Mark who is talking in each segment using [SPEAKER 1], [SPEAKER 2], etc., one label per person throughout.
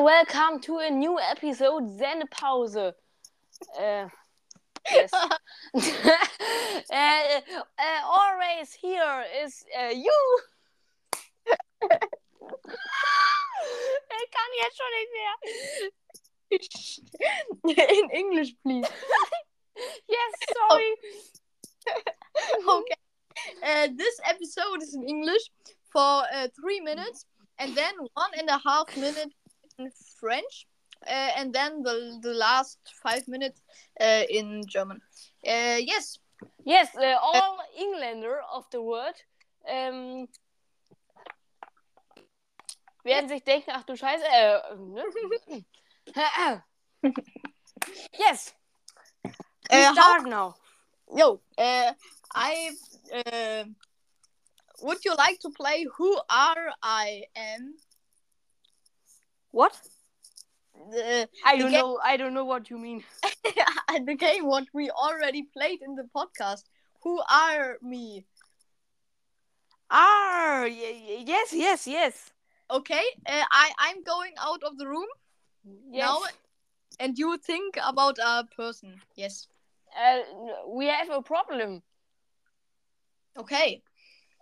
[SPEAKER 1] welcome to a new episode Sendepause. Äh, yes. Uh, äh, äh, always here is äh, you. ich kann jetzt schon nicht mehr.
[SPEAKER 2] In English, please.
[SPEAKER 1] Yes, sorry.
[SPEAKER 2] Okay. Uh, this episode is in English for uh, three minutes, and then one and a half minute in French, uh, and then the the last five minutes uh, in German. Uh, yes.
[SPEAKER 1] Yes, äh, all Engländer of the world ähm, werden sich denken, ach du Scheiße. Äh, ne? yes, we
[SPEAKER 2] Uh, how,
[SPEAKER 1] start now.
[SPEAKER 2] yo, uh, I uh, would you like to play Who Are I Am?
[SPEAKER 1] What?
[SPEAKER 2] The,
[SPEAKER 1] I
[SPEAKER 2] The
[SPEAKER 1] don't
[SPEAKER 2] game-
[SPEAKER 1] know. I don't know what you mean.
[SPEAKER 2] the game what we already played in the podcast. Who are me?
[SPEAKER 1] Ah, y- y- yes, yes, yes.
[SPEAKER 2] Okay, uh, I I'm going out of the room.
[SPEAKER 1] Yes.
[SPEAKER 2] Now- and you think about a person. Yes.
[SPEAKER 1] Uh, we have a problem.
[SPEAKER 2] Okay.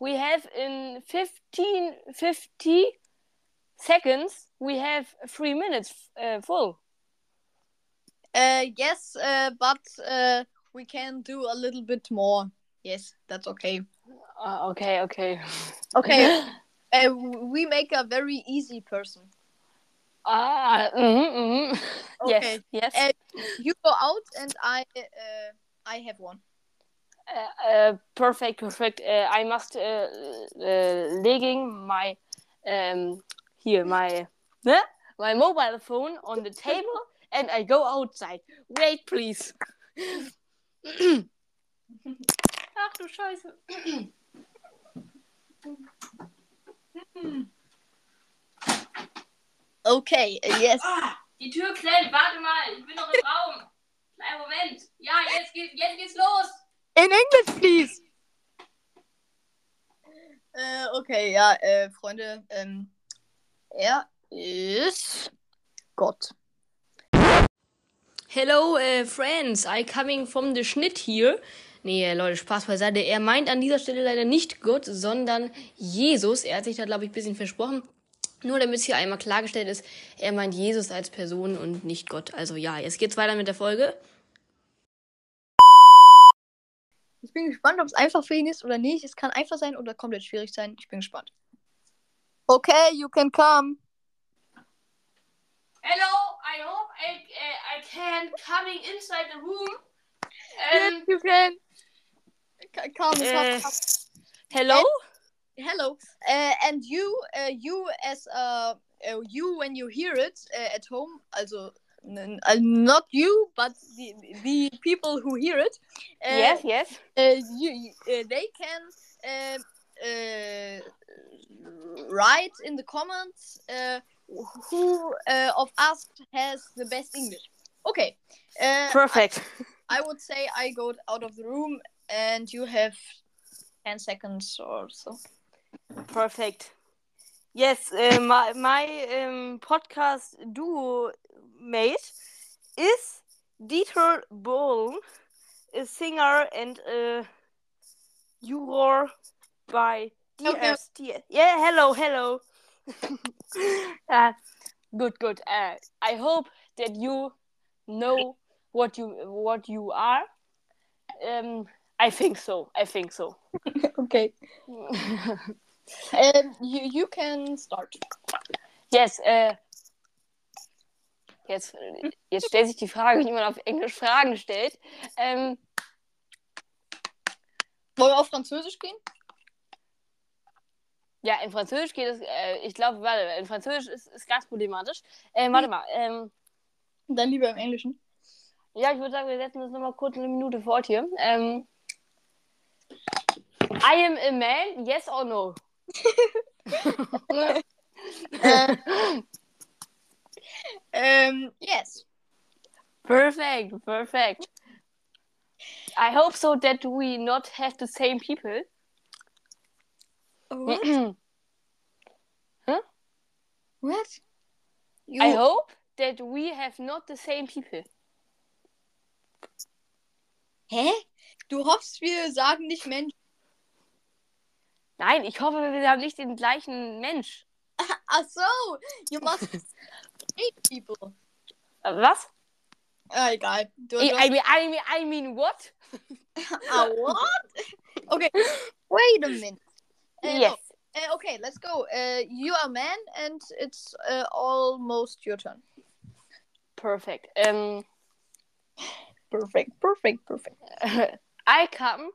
[SPEAKER 1] We have in 15, 50 seconds, we have three minutes uh, full.
[SPEAKER 2] Uh, yes, uh, but uh, we can do a little bit more. Yes, that's okay.
[SPEAKER 1] Uh, okay, okay.
[SPEAKER 2] Okay. uh, we make a very easy person.
[SPEAKER 1] ah, mhm, mhm.
[SPEAKER 2] Okay.
[SPEAKER 1] Yes, yes.
[SPEAKER 2] Uh, You go out, and I uh, I have one.
[SPEAKER 1] Uh, uh, perfect, perfect. Uh, I must uh, uh, legging my um here my ne? my mobile phone on the table and I go outside. Wait, please. Ach du Scheiße.
[SPEAKER 2] Okay. Uh, yes.
[SPEAKER 1] Ah, die Tür klemmt. Warte mal, ich bin noch im Raum. Kleinen Moment. Ja, jetzt geht's, jetzt geht's los.
[SPEAKER 2] In English, please. Äh, okay, ja, äh, Freunde, ähm, er ist Gott.
[SPEAKER 1] Hello, äh, friends. I coming from the Schnitt here. Nee, äh, Leute, Spaß beiseite. Er meint an dieser Stelle leider nicht Gott, sondern Jesus. Er hat sich da, glaube ich, ein bisschen versprochen. Nur damit es hier einmal klargestellt ist, er meint Jesus als Person und nicht Gott. Also ja, jetzt geht's weiter mit der Folge.
[SPEAKER 2] Ich bin gespannt, ob es einfach für ihn ist oder nicht. Es kann einfach sein oder komplett schwierig sein. Ich bin gespannt. Okay, you can come.
[SPEAKER 1] Hello, I hope I, uh, I can coming inside the room. Um,
[SPEAKER 2] yes, you can. C- Come,
[SPEAKER 1] äh,
[SPEAKER 2] come, come.
[SPEAKER 1] hello?
[SPEAKER 2] Hello. Uh, and you, uh, you as uh, uh, you when you hear it uh, at home, also n- uh, not you, but the, the people who hear it. Uh,
[SPEAKER 1] yes, yes.
[SPEAKER 2] uh, you, uh, they can um uh, write in the comments uh, who uh, of us has the best English. Okay, uh,
[SPEAKER 1] Perfect.
[SPEAKER 2] I would say I go out of the room and you have 10 seconds or so.
[SPEAKER 1] Perfect. Yes, uh, my my um, podcast duo mate is Dieter Bohlen, a singer and a juror by
[SPEAKER 2] Okay.
[SPEAKER 1] DST. Yeah, hello, hello. uh, good, good. Uh, I hope that you know what you what you are. Um, I think so. I think so.
[SPEAKER 2] Okay, um, you, you can start.
[SPEAKER 1] Yes, äh. Jetzt, äh, jetzt stellt sich die Frage, wie man auf Englisch Fragen stellt. Ähm,
[SPEAKER 2] Wollen wir auf Französisch gehen?
[SPEAKER 1] ja, in Französisch geht es, äh, ich glaube, warte, in Französisch ist es ganz problematisch. Ähm, warte mal, ähm,
[SPEAKER 2] Dann lieber im Englischen.
[SPEAKER 1] ja, ich würde sagen, wir setzen das nochmal kurz eine Minute fort hier. Ähm, I am a man, yes or no?
[SPEAKER 2] Äh, ähm, yes.
[SPEAKER 1] Perfect, perfect. I hope so that we not have the same people.
[SPEAKER 2] What?
[SPEAKER 1] Hm.
[SPEAKER 2] What? You,
[SPEAKER 1] I hope that we have not the same people.
[SPEAKER 2] Hä? Du hoffst, wir sagen nicht Mensch.
[SPEAKER 1] Nein, ich hoffe, wir haben nicht den gleichen Mensch.
[SPEAKER 2] Ach Ah, so, you must hate people.
[SPEAKER 1] Äh, Was?
[SPEAKER 2] Ah, egal. Du,
[SPEAKER 1] Eh, I,
[SPEAKER 2] du
[SPEAKER 1] I, mean, I, mean, I mean, what?
[SPEAKER 2] ah, what? Okay, wait a minute. Äh,
[SPEAKER 1] yes.
[SPEAKER 2] no. Äh, okay, let's go. Äh, you are a man and it's äh, almost your turn.
[SPEAKER 1] Perfect. Um,
[SPEAKER 2] Perfect, perfect, perfect.
[SPEAKER 1] I come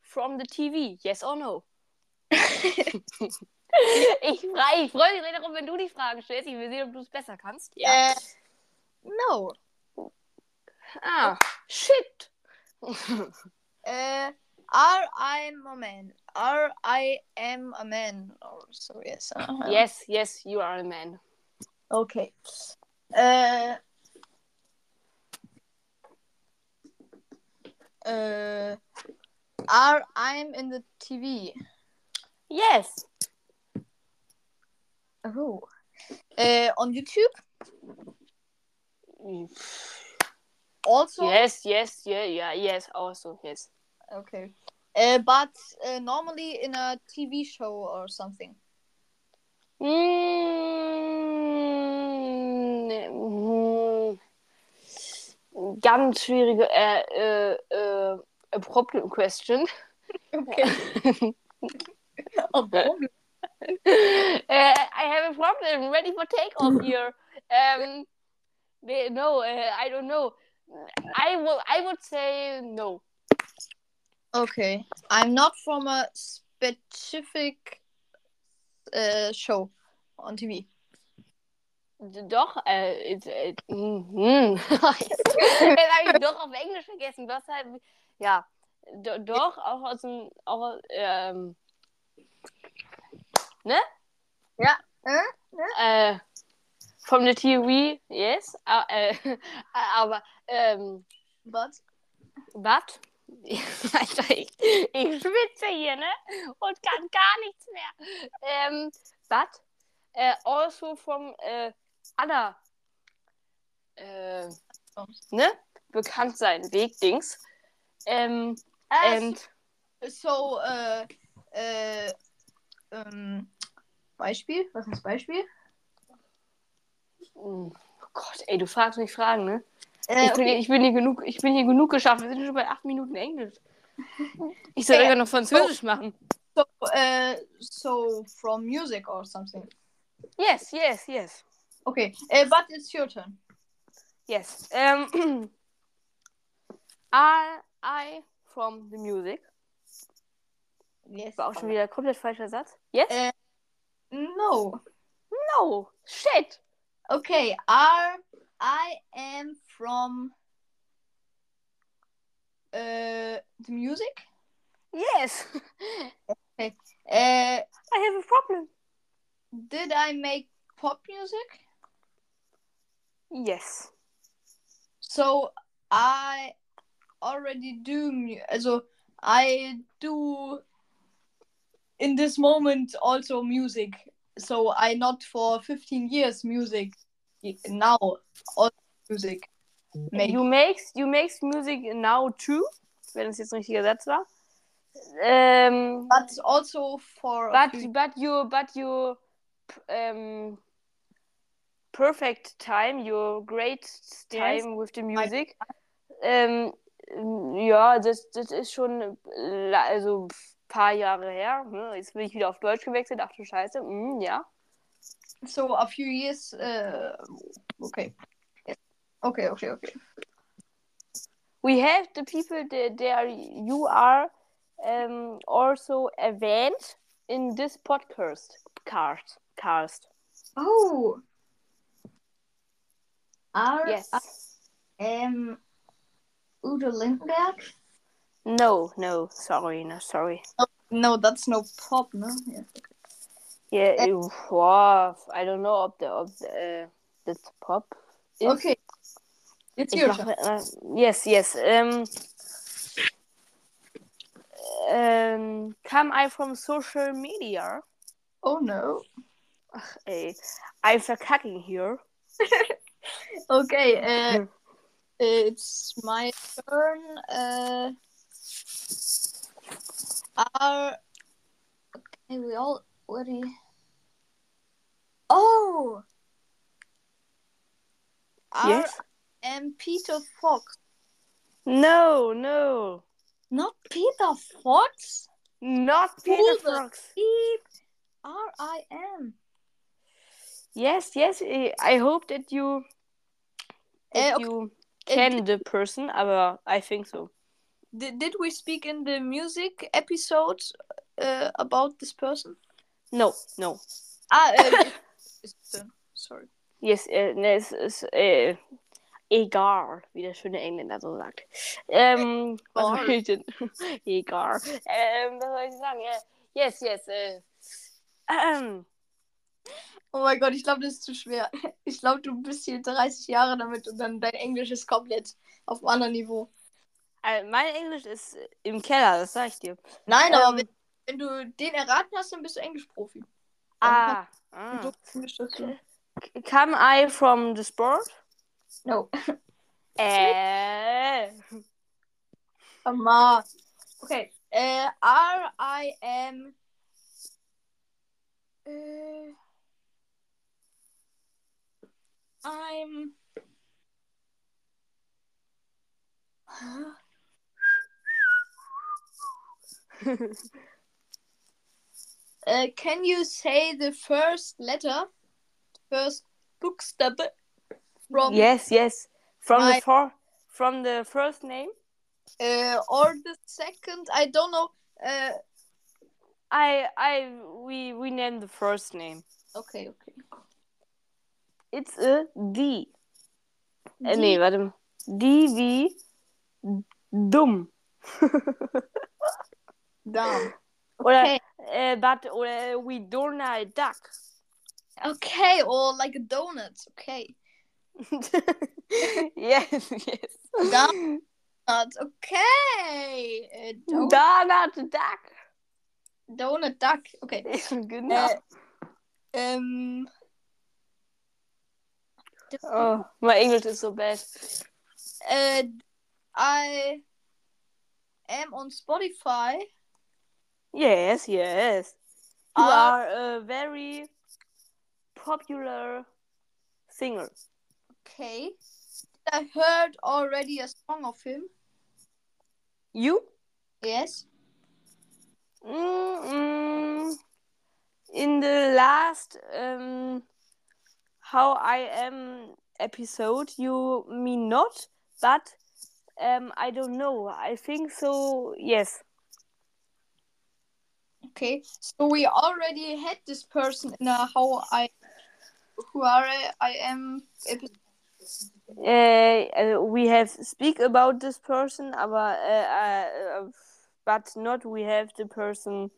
[SPEAKER 1] from the TV. Yes or no? ich freu, ich freue mich darum, wenn du die Fragen stellst. Ich will sehen, ob du es besser kannst.
[SPEAKER 2] Äh, no.
[SPEAKER 1] Ah, shit.
[SPEAKER 2] Äh, are I'm a man. Are I am a man. Or so, yes. uh-huh. aha.
[SPEAKER 1] Yes, yes, you are a man.
[SPEAKER 2] Okay. Äh. Äh. Are I'm in the TV.
[SPEAKER 1] Yes.
[SPEAKER 2] Oh. Äh, on YouTube. Also.
[SPEAKER 1] Yes, yes, yeah, yeah, yes, also, yes.
[SPEAKER 2] Okay. Äh, but äh, normally in a TV show or something.
[SPEAKER 1] Mm, mm, ganz schwierige, äh, äh, äh, a problem question.
[SPEAKER 2] Okay.
[SPEAKER 1] uh, I have a problem. Ready for takeoff here. Um, they- no, uh, I don't know. I will. I would say no.
[SPEAKER 2] okay. I'm not from a specific äh, show on TV.
[SPEAKER 1] Doch. Äh, it, it, mhm. Jetzt habe ich doch auf Englisch vergessen. Was halt, ja, do, doch auch aus dem. Auch, ähm, ne?
[SPEAKER 2] Ja, äh,
[SPEAKER 1] Äh, from the TV, yes. Ah, äh, aber ähm,
[SPEAKER 2] But
[SPEAKER 1] Was? Alter, ich, ich schwitze hier, ne? Und kann gar nichts mehr. Ähm, was? Äh, also from äh, Anna. Äh, ne? Bekannt sein, Wegdings. Ähm,
[SPEAKER 2] Äh,
[SPEAKER 1] and,
[SPEAKER 2] so, äh, äh, ähm, Beispiel? Was ist Beispiel?
[SPEAKER 1] oh Gott, ey, du fragst mich Fragen, ne?
[SPEAKER 2] Äh,
[SPEAKER 1] ich, bin, ich, bin hier genug, ich bin hier genug geschafft. Wir sind schon bei acht Minuten Englisch. Ich soll
[SPEAKER 2] Fair.
[SPEAKER 1] ja noch Französisch machen.
[SPEAKER 2] so, äh, so from music or something.
[SPEAKER 1] Yes, yes, yes.
[SPEAKER 2] Okay, äh, but it's your turn.
[SPEAKER 1] Yes. Um, I, I from the music.
[SPEAKER 2] Yes.
[SPEAKER 1] War auch schon wieder komplett falscher Satz. Yes?
[SPEAKER 2] Äh. No.
[SPEAKER 1] no. Shit.
[SPEAKER 2] Okay, are I am from äh, the music?
[SPEAKER 1] Yes.
[SPEAKER 2] Äh,
[SPEAKER 1] I have a problem.
[SPEAKER 2] did I make pop music?
[SPEAKER 1] Yes.
[SPEAKER 2] So I already do mu- also I do in this moment also music. So I not for 15 years music now all music. Make.
[SPEAKER 1] You makes, you makes music now too. Wenn es jetzt ein richtiger Satz war. Ähm,
[SPEAKER 2] But also for
[SPEAKER 1] but, but you, but you, um, perfect time, your great time
[SPEAKER 2] Yes.
[SPEAKER 1] with the music. Ähm, ja, das, das ist schon äh, la- also ein paar Jahre her. Ne? Jetzt bin ich wieder auf Deutsch gewechselt. Ach du Scheiße. Mm, ja.
[SPEAKER 2] so a few years äh, okay. Okay, okay, okay.
[SPEAKER 1] We have the people that they are, you are ähm, also erwähnt in this podcast. Cast. Cast.
[SPEAKER 2] Oh. R
[SPEAKER 1] Yes.
[SPEAKER 2] M Udo Lindenberg?
[SPEAKER 1] No, no, sorry, no, sorry.
[SPEAKER 2] No, that's no pop, no. Yeah.
[SPEAKER 1] Yeah, ew, wow, I don't know, ob der, ob der, äh, das Pop ist.
[SPEAKER 2] Okay. It's
[SPEAKER 1] Ich
[SPEAKER 2] your
[SPEAKER 1] mach,
[SPEAKER 2] turn.
[SPEAKER 1] äh, yes, yes. Ähm, ähm, come I from social media?
[SPEAKER 2] Oh no.
[SPEAKER 1] Ach, ey. I'm verkacking here.
[SPEAKER 2] Okay, uh, it's my turn. Uh, are okay? We all what do you? Oh, are
[SPEAKER 1] Yes?
[SPEAKER 2] and Peter Fox,
[SPEAKER 1] No, no.
[SPEAKER 2] not Peter Fox.
[SPEAKER 1] Not Peter
[SPEAKER 2] Who the-
[SPEAKER 1] Fox.
[SPEAKER 2] P R I M.
[SPEAKER 1] Yes, yes. eh, I hope that you
[SPEAKER 2] Eh,
[SPEAKER 1] that
[SPEAKER 2] okay.
[SPEAKER 1] you
[SPEAKER 2] Eh,
[SPEAKER 1] can the person, aber I think so.
[SPEAKER 2] Did, did we speak in the music episode uh, about this person?
[SPEAKER 1] No, no.
[SPEAKER 2] Ah, uh, it's done. sorry.
[SPEAKER 1] Yes, äh, ne, es ist äh, egal, wie der schöne Engländer so sagt. Ähm, was
[SPEAKER 2] Egal.
[SPEAKER 1] soll ich denn? egal. Ähm, was soll ich sagen? Ja, yes, yes. Äh, ähm,
[SPEAKER 2] Oh mein Gott, ich glaube, das ist zu schwer. Ich glaube, du bist hier 30 Jahre damit und dann dein Englisch ist komplett auf einem anderen Niveau.
[SPEAKER 1] äh, mein Englisch ist äh, im Keller, das sag ich dir.
[SPEAKER 2] Nein, aber wenn,
[SPEAKER 1] Ähm,
[SPEAKER 2] wenn du den erraten hast, dann bist du Englischprofi. Dann
[SPEAKER 1] ah,
[SPEAKER 2] kannst
[SPEAKER 1] ah.
[SPEAKER 2] du Englisch dazu.
[SPEAKER 1] Come I from the sport?
[SPEAKER 2] No.
[SPEAKER 1] Äh.
[SPEAKER 2] Amma. Okay. Äh, R-I-M. Äh, I'm. Uh, can you say the first letter, first bookstabe from
[SPEAKER 1] Yes, yes. From the
[SPEAKER 2] My-
[SPEAKER 1] for, from the first name?
[SPEAKER 2] uh, or the second? I don't know. Uh,
[SPEAKER 1] I I we we name the first name.
[SPEAKER 2] okay, okay.
[SPEAKER 1] It's a D. Äh, nee, warte mal. D wie dumm.
[SPEAKER 2] Down.
[SPEAKER 1] Oder
[SPEAKER 2] Okay.
[SPEAKER 1] äh, but oder we Donald Duck.
[SPEAKER 2] Okay, or like a donut. Okay.
[SPEAKER 1] yes, yes.
[SPEAKER 2] Donald. Okay. Äh, don
[SPEAKER 1] Donald Duck.
[SPEAKER 2] Donut Duck. Okay.
[SPEAKER 1] genau.
[SPEAKER 2] Äh, Ähm.
[SPEAKER 1] oh, my English is so bad.
[SPEAKER 2] Äh, I am on Spotify.
[SPEAKER 1] Yes, yes. You
[SPEAKER 2] Ah.
[SPEAKER 1] are a very popular singer.
[SPEAKER 2] Okay. I heard already a song of him.
[SPEAKER 1] You?
[SPEAKER 2] Yes.
[SPEAKER 1] Mm, mm, in the last um, How I Am episode, you mean not, but um, I don't know. I think so, yes.
[SPEAKER 2] Okay. So we already had this person in a how I who are I, I am episode.
[SPEAKER 1] Uh, uh, we have speak about this person, aber, uh, uh, but not we have the person.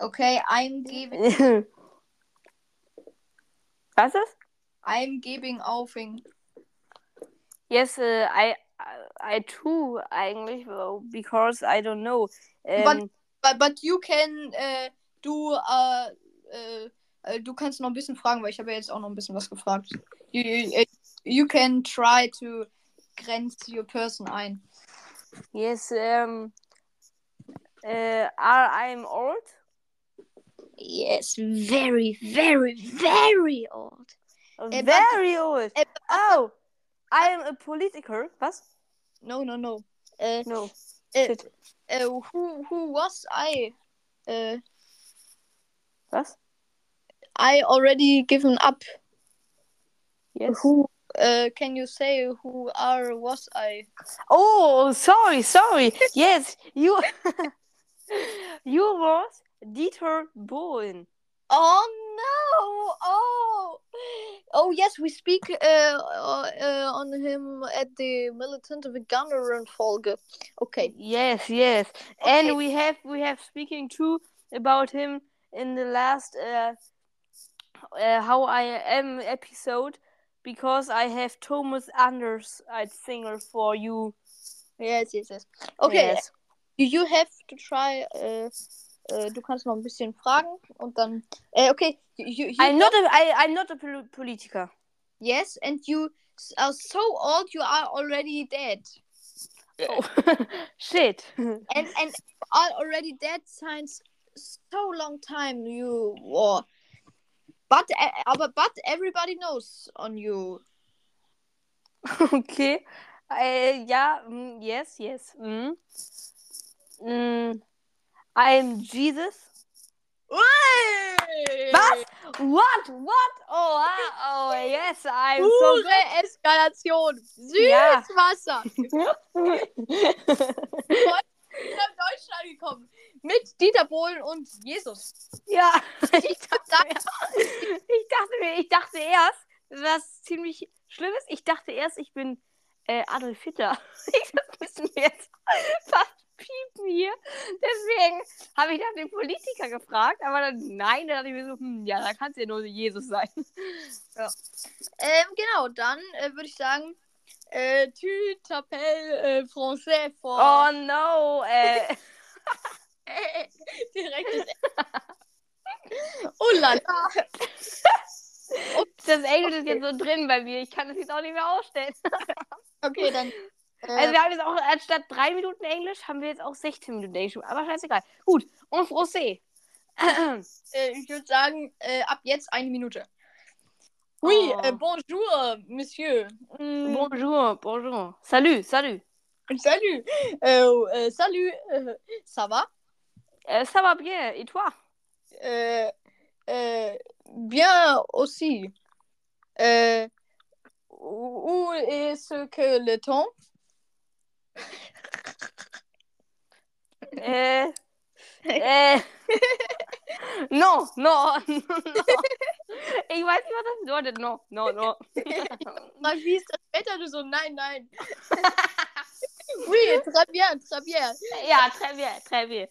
[SPEAKER 2] Okay, I'm giving
[SPEAKER 1] Was ist?
[SPEAKER 2] I'm giving aufing.
[SPEAKER 1] Yes, uh, I, I I too eigentlich, well, because I don't know.
[SPEAKER 2] But-
[SPEAKER 1] Ähm,
[SPEAKER 2] But but you can äh, du äh, äh, äh, du kannst noch ein bisschen fragen, weil ich habe ja jetzt auch noch ein bisschen was gefragt. You, you, äh, you can try to grenze your person ein.
[SPEAKER 1] yes, ähm, äh, are I'm old?
[SPEAKER 3] Yes, very, very, very old.
[SPEAKER 2] Äh,
[SPEAKER 1] Very old.
[SPEAKER 2] Äh,
[SPEAKER 1] oh, I am a politiker. Was?
[SPEAKER 2] No no no. Äh,
[SPEAKER 1] No.
[SPEAKER 2] äh,
[SPEAKER 1] shit.
[SPEAKER 2] äh, who who was I? Äh,
[SPEAKER 1] Was?
[SPEAKER 2] I already given up.
[SPEAKER 1] Yes.
[SPEAKER 2] Who uh, can you say who are was I?
[SPEAKER 1] Oh, sorry, sorry. yes, you. you was Dieter Bohlen.
[SPEAKER 2] Oh no! Oh, oh yes, we speak uh, uh, uh, on him at the militant veganer Folge. Okay,
[SPEAKER 1] Yes, yes.
[SPEAKER 2] Okay.
[SPEAKER 1] And we have we have speaking too about him in the last uh, uh how I am episode because I have Thomas Anders I singer for you.
[SPEAKER 2] yes, yes, yes. Okay,
[SPEAKER 1] Yes.
[SPEAKER 2] you you have to try. Uh, äh, du kannst noch ein bisschen fragen und dann. Äh, okay. You, you, you
[SPEAKER 1] I'm not a, I, I'm not a pol politiker.
[SPEAKER 2] Yes, and you are so old, you are already dead.
[SPEAKER 1] Oh. Shit.
[SPEAKER 2] And and are already dead since so long time. You were. But uh, aber but everybody knows on you.
[SPEAKER 1] Okay. Äh, ja, mm, yes, yes. Mm. Mm. I'm Jesus. Was? What? What? Oh, ah, oh, yes, I'm so
[SPEAKER 2] Pure
[SPEAKER 1] good.
[SPEAKER 2] Eskalation. Süßes
[SPEAKER 1] Ja.
[SPEAKER 2] Wasser. Wir nach Deutschland gekommen. Mit Dieter Bohlen und Jesus.
[SPEAKER 1] Ja, ich dachte,
[SPEAKER 2] dachte
[SPEAKER 1] mir, ich dachte mir, ich dachte erst, was ziemlich schlimm ist, ich dachte erst, ich bin äh, Adolf Hitler. Das müssen wir jetzt fast piepen hier. Deswegen habe ich nach dem Politiker gefragt, aber dann nein, da dachte ich mir so, hm, ja, da kann es ja nur Jesus sein.
[SPEAKER 2] Ähm, genau, dann äh, würde ich sagen, äh, tu t'appelles äh, français
[SPEAKER 1] Oh,
[SPEAKER 2] vor.
[SPEAKER 1] no, äh,
[SPEAKER 2] Direktes Oh la la.
[SPEAKER 1] das Englisch ist jetzt so drin bei mir. Ich kann das jetzt auch nicht mehr ausstellen.
[SPEAKER 2] Okay, dann. Äh,
[SPEAKER 1] Also wir haben jetzt auch anstatt drei Minuten Englisch haben wir jetzt auch 16 Minuten Englisch, aber scheißegal. Gut, en français.
[SPEAKER 2] äh, ich würde sagen, äh, ab jetzt eine Minute. Oui,
[SPEAKER 1] Oh.
[SPEAKER 2] äh, bonjour, monsieur. Mm,
[SPEAKER 1] Bonjour, bonjour. Salut, salut.
[SPEAKER 2] Salut. Äh, äh, salut. Äh, ça va?
[SPEAKER 1] Euh, ça va bien, et toi?
[SPEAKER 2] Euh, euh, bien aussi. Euh, où est-ce que le temps?
[SPEAKER 1] Euh, euh, non, non, non. Ich weiß nicht, was das bedeutet. No, no, no.
[SPEAKER 2] Frag, Wie ist das Wetter? Du so, nein, nein. oui, très bien, très bien.
[SPEAKER 1] Ja, très bien, très bien.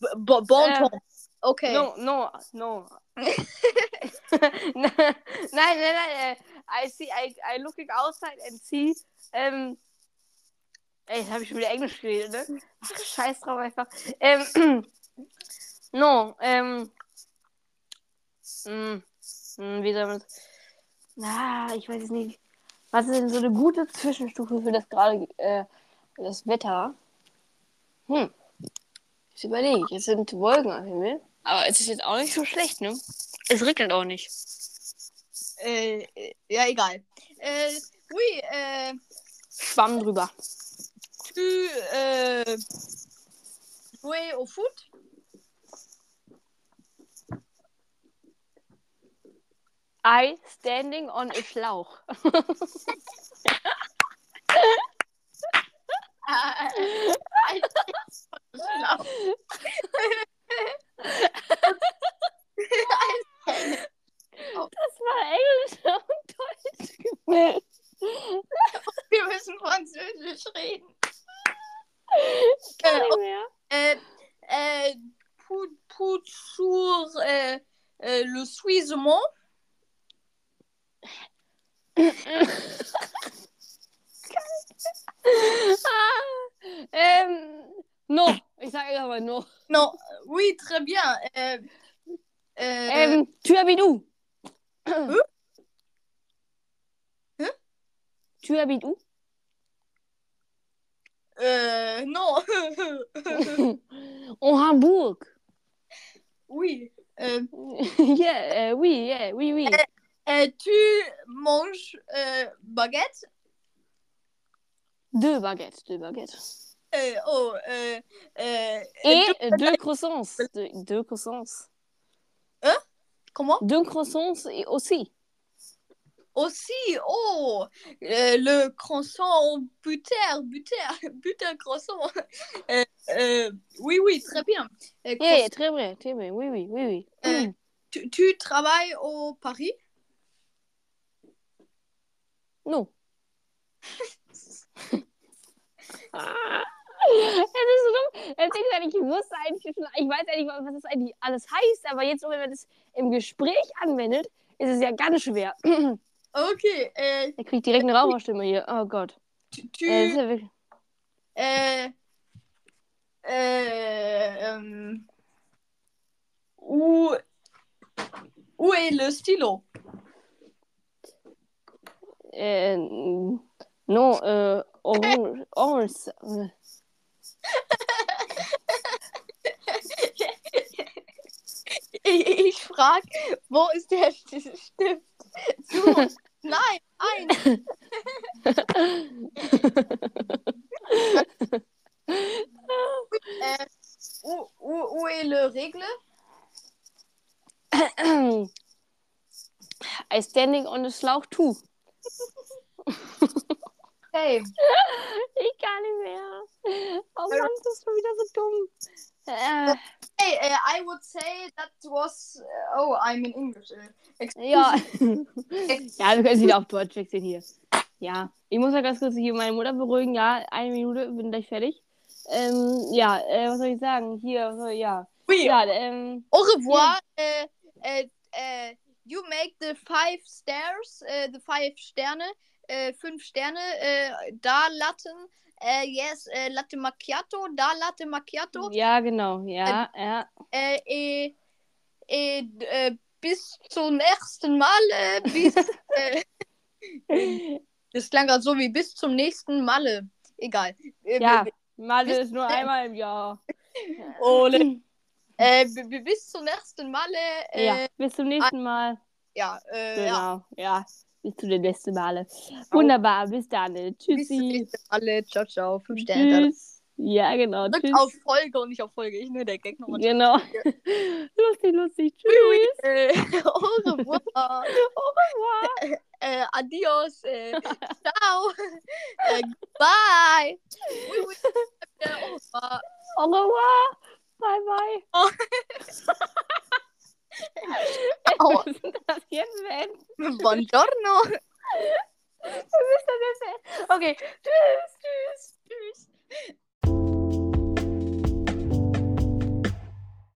[SPEAKER 2] B- Bon, bon
[SPEAKER 1] Äh,
[SPEAKER 2] temps. Okay.
[SPEAKER 1] No, no, no. nein, nein, nein. Äh, I see, I, I looking outside and see. Ähm, ey, jetzt habe ich schon wieder Englisch geredet, ne? Ach, scheiß drauf einfach. Ähm, no, ähm. Mm, mm, wie soll man Na, ich weiß es nicht. Was ist denn so eine gute Zwischenstufe für das gerade, äh, das Wetter? Hm. Ich überlege, es sind Wolken am Himmel. Aber es ist jetzt auch nicht so schlecht, ne? Es regnet auch nicht.
[SPEAKER 2] Äh, äh, ja, egal. Äh, oui, äh,
[SPEAKER 1] Schwamm drüber.
[SPEAKER 2] tu äh, joues au foot?
[SPEAKER 1] I standing on a Schlauch.
[SPEAKER 2] Ah,
[SPEAKER 1] Das war Englisch und Deutsch.
[SPEAKER 2] wir müssen Französisch reden.
[SPEAKER 1] Gar nicht mehr.
[SPEAKER 2] euh, euh, pour, pour sur, euh, euh, le suisement.
[SPEAKER 1] ah, ähm, no. Ich sage einfach mal no.
[SPEAKER 2] Non, oui, très bien. Euh, euh,
[SPEAKER 1] Ähm, Türbidou. Äh?
[SPEAKER 2] Hä?
[SPEAKER 1] Türbidou?
[SPEAKER 2] euh, non,
[SPEAKER 1] En Hamburg.
[SPEAKER 2] oui. Euh,
[SPEAKER 1] yeah, äh, oui, yeah, oui, oui.
[SPEAKER 2] euh, tu manges euh, baguette?
[SPEAKER 1] Deux baguettes, deux baguettes.
[SPEAKER 2] Euh, oh, euh, euh,
[SPEAKER 1] Et euh, deux croissants. Deux, deux croissants.
[SPEAKER 2] comment?
[SPEAKER 1] Deux croissants et aussi.
[SPEAKER 2] Aussi, oh, euh, le croissant au butter, butter, butter croissant. Euh, euh, oui, oui, très bien. Euh,
[SPEAKER 1] Yeah, très bien, très bien. Oui, oui, oui, oui.
[SPEAKER 2] Euh,
[SPEAKER 1] Mm.
[SPEAKER 2] Tu, tu travailles au Paris?
[SPEAKER 1] Non. Ah, es ist so dumm. Das Ding ist eigentlich, ich wusste eigentlich schon, ich weiß eigentlich, was das eigentlich alles heißt, aber jetzt, wenn man das im Gespräch anwendet, ist es ja ganz schwer. Er
[SPEAKER 2] Ok. euh,
[SPEAKER 1] kriegt direkt eine Raucherstimme hier. Oh Gott.
[SPEAKER 2] tu. tu-
[SPEAKER 1] Äh, das ist ja wirklich...
[SPEAKER 2] euh, euh, euh, Où, où est le stylo
[SPEAKER 1] Euh, non, euh, orange. orange. euh,
[SPEAKER 2] Ich frage, wo ist der Stift? So, nein, ein. äh, où, où, où est le règle?
[SPEAKER 1] I standing on a Schlauch too.
[SPEAKER 2] Hey,
[SPEAKER 1] Ich kann nicht mehr. Oh Mann, das ist schon wieder so dumm. Äh,
[SPEAKER 2] hey äh, I would say that was. oh, I'm in English. äh. Excuse
[SPEAKER 1] ja. ja, wir können es wieder auf Deutsch wechseln hier. Ja, ich muss ja ganz kurz hier meine Mutter beruhigen. Ja, eine Minute, bin gleich fertig. Ähm, ja, äh, was soll ich sagen? Hier, was soll- ja.
[SPEAKER 2] me.
[SPEAKER 1] Ja, ähm,
[SPEAKER 2] Au revoir. Äh, äh, äh, you make the five stairs, äh, the five Sterne, äh, fünf Sterne, äh, da Latten, äh, yes, äh, Latte Macchiato, da Latte Macchiato,
[SPEAKER 1] ja, genau, ja, ja.
[SPEAKER 2] äh, äh, äh, d- äh, bis zum nächsten Mal, äh, bis, äh, das klang gerade so wie bis zum nächsten Male, egal. Äh,
[SPEAKER 1] Ja,
[SPEAKER 2] b-
[SPEAKER 1] Mathe ist nur einmal im Jahr.
[SPEAKER 2] b- Ole. Äh, b- b- bis zum nächsten Male, äh,
[SPEAKER 1] Ja,
[SPEAKER 2] ja,
[SPEAKER 1] bis zum nächsten Mal.
[SPEAKER 2] äh, ja.
[SPEAKER 1] Genau, ja. Bis zu den letzten Male. Wunderbar, bis dann.
[SPEAKER 2] Bis zum
[SPEAKER 1] Tschüssi.
[SPEAKER 2] nächsten Mal, ciao, ciao, fünf Sterne, da, da.
[SPEAKER 1] Tschüss. Ja, genau.
[SPEAKER 2] Drückt
[SPEAKER 1] Tschüss.
[SPEAKER 2] auf Folge und nicht auf Folge. Ich nur der Gag nochmal.
[SPEAKER 1] Genau. lustig, lustig. Tschüss.
[SPEAKER 2] Äh, au revoir.
[SPEAKER 1] Wow.
[SPEAKER 2] äh, adios. Äh, ciao. Äh, bye. Oui, oui. Äh, au revoir.
[SPEAKER 1] Au revoir. Bye, bye.
[SPEAKER 2] Au.
[SPEAKER 1] Wir müssen das jetzt beenden.
[SPEAKER 2] Buongiorno.
[SPEAKER 1] Wir müssen das jetzt beenden. Okay. Tschüss.